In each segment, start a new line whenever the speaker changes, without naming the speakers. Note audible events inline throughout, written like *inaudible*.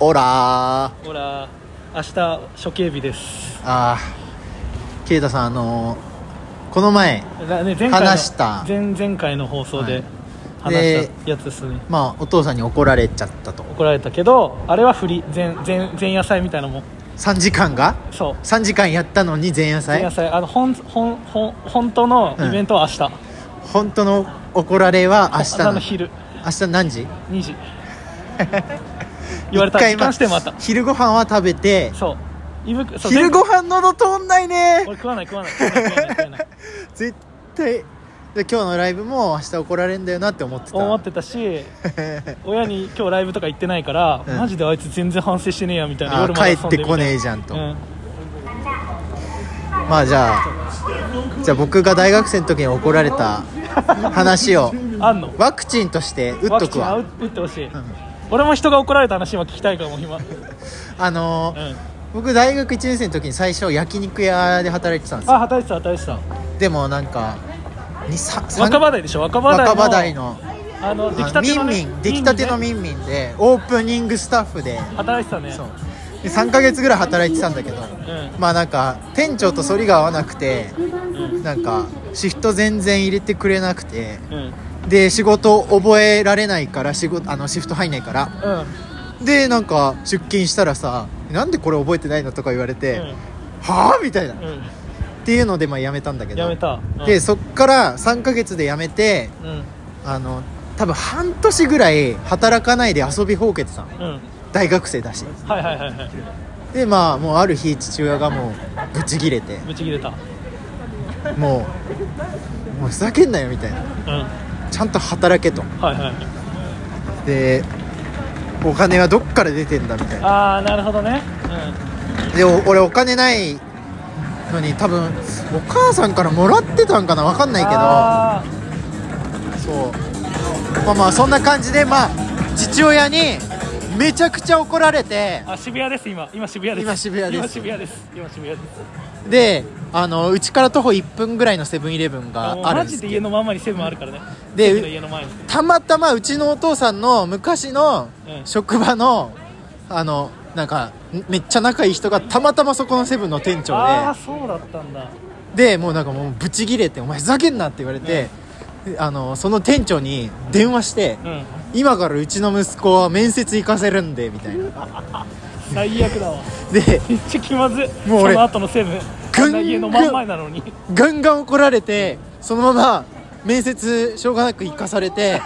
オラー
ほら明日処刑日です
あー啓太さんあのーこの前
だ、ね、前回の
話した
前前回の放送で
はい
話
で
したやつですね、
まあお父さんに怒られちゃったと
怒られたけどあれは振り前前前夜祭みたいなもん
3時間が
そう
3時間やったのに前夜
前
祭
夜祭あの本本本本当のイベントは明日、
本当の怒られは明日
朝
の
の昼
明日何時
2時言われた
一回
時間してまた
昼ご飯は食べて
そう胃袋そう
昼ご
全
飯喉通んないね
俺食わない食わない食わない食わない食
*laughs*
わない
絶対で今日のライブも明日怒られんだよなって思ってた
思って
*laughs*
たし親に今日ライブとか行ってないから、
うん
マジであいつ全然反省してねえやみたいな
あ
夜まで遊んで
帰ってこねえ
みた
じゃ
いな
んと
うん
まあじゃあじゃあ僕が大学生の時に怒られた話を
あんの
ワクチンとして打っとくわ
ワクチンは打打ってほしい、俺も人が怒られた話今聞きたいかも今、うん、
あのー
あ
僕大学1年生の時に最初焼肉屋で働いてたんですよ
働いてた働いてた
でもなんかにささん
若葉台でしょ若葉台の
若葉台の
あの出来たて
ミ
の、
ン
ね、
ミン出来たての
ね
ミンミンでオープニングスタッフで
働いてたね
そうで3ヶ月ぐらい働いてたんだけど
うん
まあなんか店長と反りが合わなくてなんかシフト全然入れてくれなくて
うんうん
で仕事覚えられないから仕事あのシフト入んないからでなんか出勤したらさ「なんでこれ覚えてないの?」とか言われて「はあ?」みたいな、
うん、
っていうのでまあ辞めたんだ
う
け
ん、
ど
やめた、うん、
でそっから3ヶ月で辞めて
うん
あの多分半年ぐらい働かないで遊びほうけてたの
うん
大学生だし
はいはいはいはい
でまあもうある日父親がもうぶち切れて
ぶち切れた
もうもうふざけんなよみたいな
うんはい
ちゃんと働けと
はい
でお金はどっから出てんだみたいな
ああなるほどね
でお俺お金ないのに多分お母さんからもらってたんかな分かん
うん
ないけど
あー
そうまあまあそんな感じでまあ父親にめちゃくちゃ怒られて
あ渋谷です今今渋谷です
今渋谷です
今渋谷です今渋谷です
であのうちから徒歩1分ぐらいのセブンイレブン
もう
がある
マ
んで
ジ
す
で
け
家
ど
のまんまにセブンあるからね
で
セブンの家の前に
たまたまうちのお父さんの昔の
うん
職場の、あのなんかめっちゃ仲いい人がたまたまそこのセブンの店長で
ああそうだったんだ
でもうなんかもうブチギレて「お前ふざけんな」って言われて、であのその店長に電話して
うん
「今からうちの息子は面接行かせるんで」みたいな
最悪だわ
で
*laughs* めっちゃ気まずい
もう俺
その後のセブン
ぐ
あ
んぐ
ん
ん
な家の真ん前なのに
ガンガン怒られてそのまま面接しょうがなく行かされ
*laughs*
て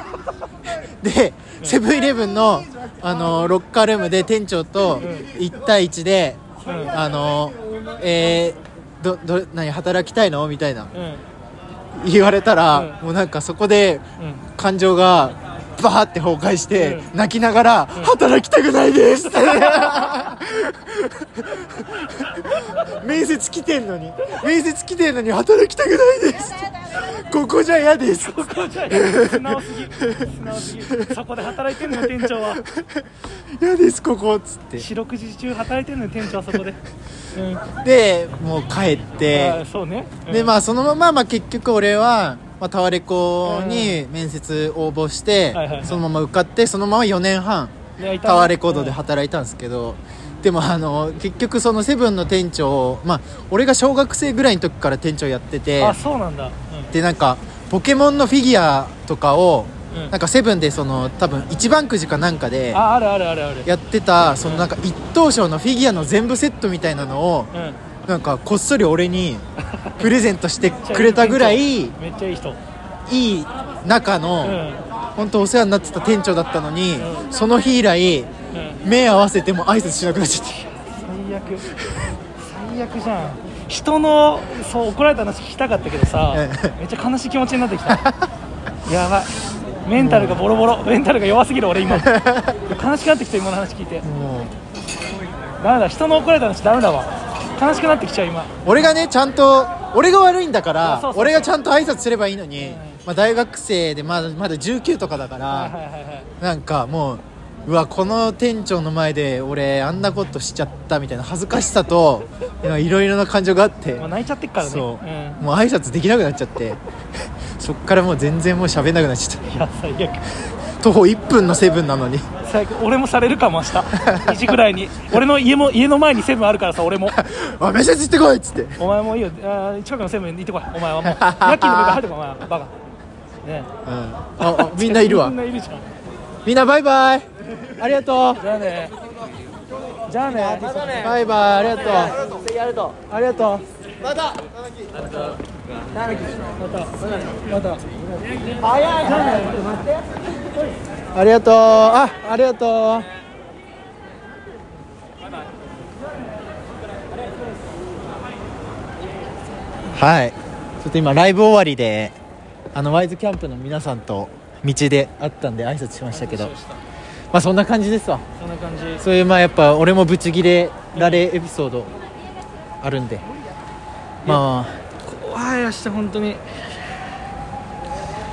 でセブンイレブンのあのロッカールームで店長と1対1で「
うん
あのえーどど何働きたいの?」みたいな
うんうん
言われたら、もうなんかそこで感情がバーって崩壊して、
う
泣きながら、働きたくないです
*laughs*
って面接来てんのに面接来てんのに働きたくないですってここじゃ嫌です
ここじゃ素直すぎ素直すぎそこで働いてんのよ店長は
嫌ですここっつって
四六時中働いてんのよ店長はそこでうんあ
でもう帰って
ーそうね
で
あ
まあそのまま、まあ、結局俺は、まあ、タワレコに面接応募して、
はいはいはい
そのまま受かってそのまま4年半タワーレコードで働いたんですけど、でもあの結局そのセブンの店長まあ俺が小学生ぐらいの時から店長やってて
あそうなんだうん
でなんかポケモンのフィギュアとかを、
うん
なんかセブンでその多分一番くじかなんかで
ああるあるあるある
やってたそのなんか一等賞のフィギュアの全部セットみたいなのを
うん
なんかこっそり俺にプレゼントしてくれたぐらいい
めっちゃいい人
い中
うんう
の
ん
本当お世話になってた店長だったのにその日以来目合わせても挨拶しなくなっちゃって。
最悪最悪じゃん人のそう怒られた話聞きたかったけどさ
え
めっちゃ悲しい気持ちになってきたやばいメンタルがボロボロメンタルが弱すぎる俺今悲しくなってきた今の話聞いて
もう
ダメだ人の怒られた話ダメだわ悲しくなってきちゃう今
俺がねちゃんと俺が悪いんだか
そうそう
ら
そう
俺がちゃんと挨拶すればいいのに、まあ、大学生でまだまだ19とかだか
はいはい
ら
はいはい
なんかもううわこの店長の前で俺あんなことしちゃったみたいな恥ずかしさといろいろな感情があって
もう泣いちゃってっからね
そう、
ん、
もう *laughs* 挨拶できなくなっちゃってそっからもう全然もう喋んなくなっちゃっ
いや最悪
徒歩1分のセブンなのに *laughs*
最近俺もされるかも明日2時ぐらいに俺の家も家の前にセブンあるからさ俺も
あ面接行ってこいっつって
お前もいいよあー近くのセブンに行ってこいお前はもう夜勤の部が入るかお前はバカね
うんああみんないるわ
みんないるじゃん
みんなバイバイありがとう
じゃあねじゃあね
バイバイありがとうありがとうありがとうあありがとうはいちょっと今ライブ終わりであのワイズキャンプの皆さんと道で会ったんで挨拶しましたけどまあそんな感じですわ
そんな感じ
そういうまあやっぱ俺もブチギレられエピソードあるんでま
怖い明日本当に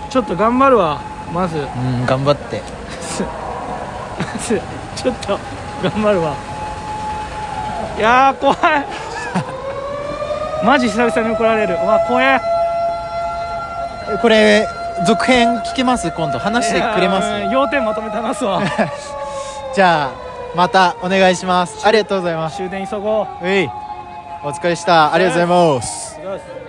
ちょっと頑張るわまず *laughs*
あうん頑張って
まずちょっと頑張るわいやー怖いマジ久々に怒られるうわ怖え
これ続編聞けます今度話してくれま
いや
す
ー要点まとめて話すわ
じゃあまたお願いし *laughs* ますありがとうございます
終電急ごう
ういお疲れしたありがとうございます
す